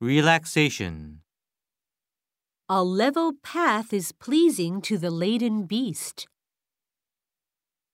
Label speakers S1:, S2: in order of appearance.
S1: Relaxation.
S2: A level path is pleasing to the laden beast.